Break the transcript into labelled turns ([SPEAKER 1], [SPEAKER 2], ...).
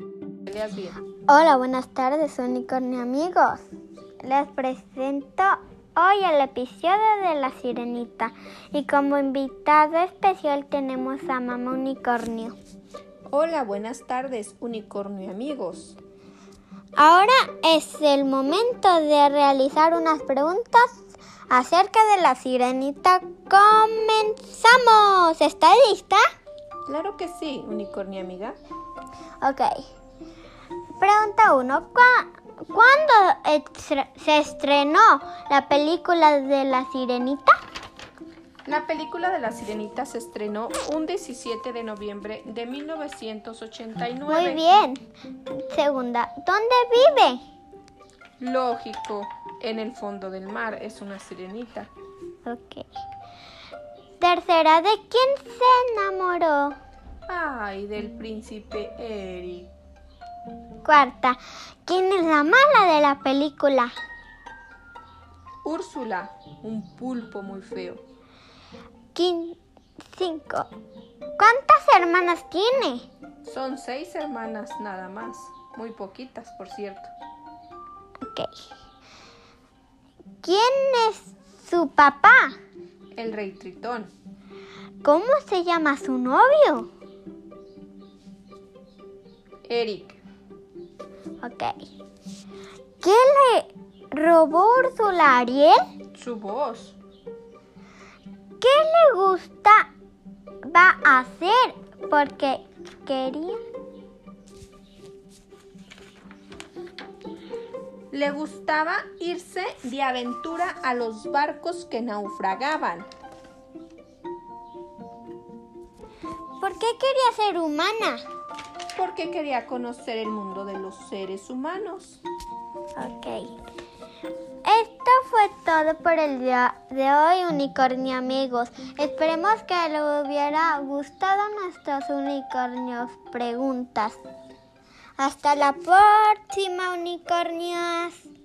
[SPEAKER 1] Buenos días.
[SPEAKER 2] Hola, buenas tardes, unicornio amigos. Les presento hoy el episodio de La Sirenita y como invitado especial tenemos a Mamá Unicornio.
[SPEAKER 1] Hola, buenas tardes, unicornio amigos.
[SPEAKER 2] Ahora es el momento de realizar unas preguntas acerca de la sirenita. ¡Comenzamos! ¿Está lista?
[SPEAKER 1] Claro que sí, unicornio amiga.
[SPEAKER 2] Ok. Pregunta 1. ¿Cuándo estre- se estrenó la película de la sirenita?
[SPEAKER 1] La película de la sirenita se estrenó un 17 de noviembre de 1989.
[SPEAKER 2] Muy bien. Segunda, ¿dónde vive?
[SPEAKER 1] Lógico, en el fondo del mar es una sirenita.
[SPEAKER 2] Ok. Tercera, ¿de quién se enamoró?
[SPEAKER 1] Ay, del príncipe Eric.
[SPEAKER 2] Cuarta, ¿quién es la mala de la película?
[SPEAKER 1] Úrsula, un pulpo muy feo.
[SPEAKER 2] Quin- cinco, ¿cuántas hermanas tiene?
[SPEAKER 1] Son seis hermanas nada más. Muy poquitas, por cierto.
[SPEAKER 2] Ok. ¿Quién es su papá?
[SPEAKER 1] El rey Tritón.
[SPEAKER 2] ¿Cómo se llama su novio?
[SPEAKER 1] Eric,
[SPEAKER 2] Ok. ¿Qué le robó Úrsula a Ariel?
[SPEAKER 1] su voz.
[SPEAKER 2] ¿Qué le gusta va a hacer? Porque quería.
[SPEAKER 1] Le gustaba irse de aventura a los barcos que naufragaban.
[SPEAKER 2] ¿Por qué quería ser humana?
[SPEAKER 1] Porque quería conocer el mundo de los seres humanos.
[SPEAKER 2] Ok. Esto fue todo por el día de hoy, unicornio amigos. Esperemos que les hubiera gustado nuestros unicornios preguntas. Hasta la próxima, unicornios.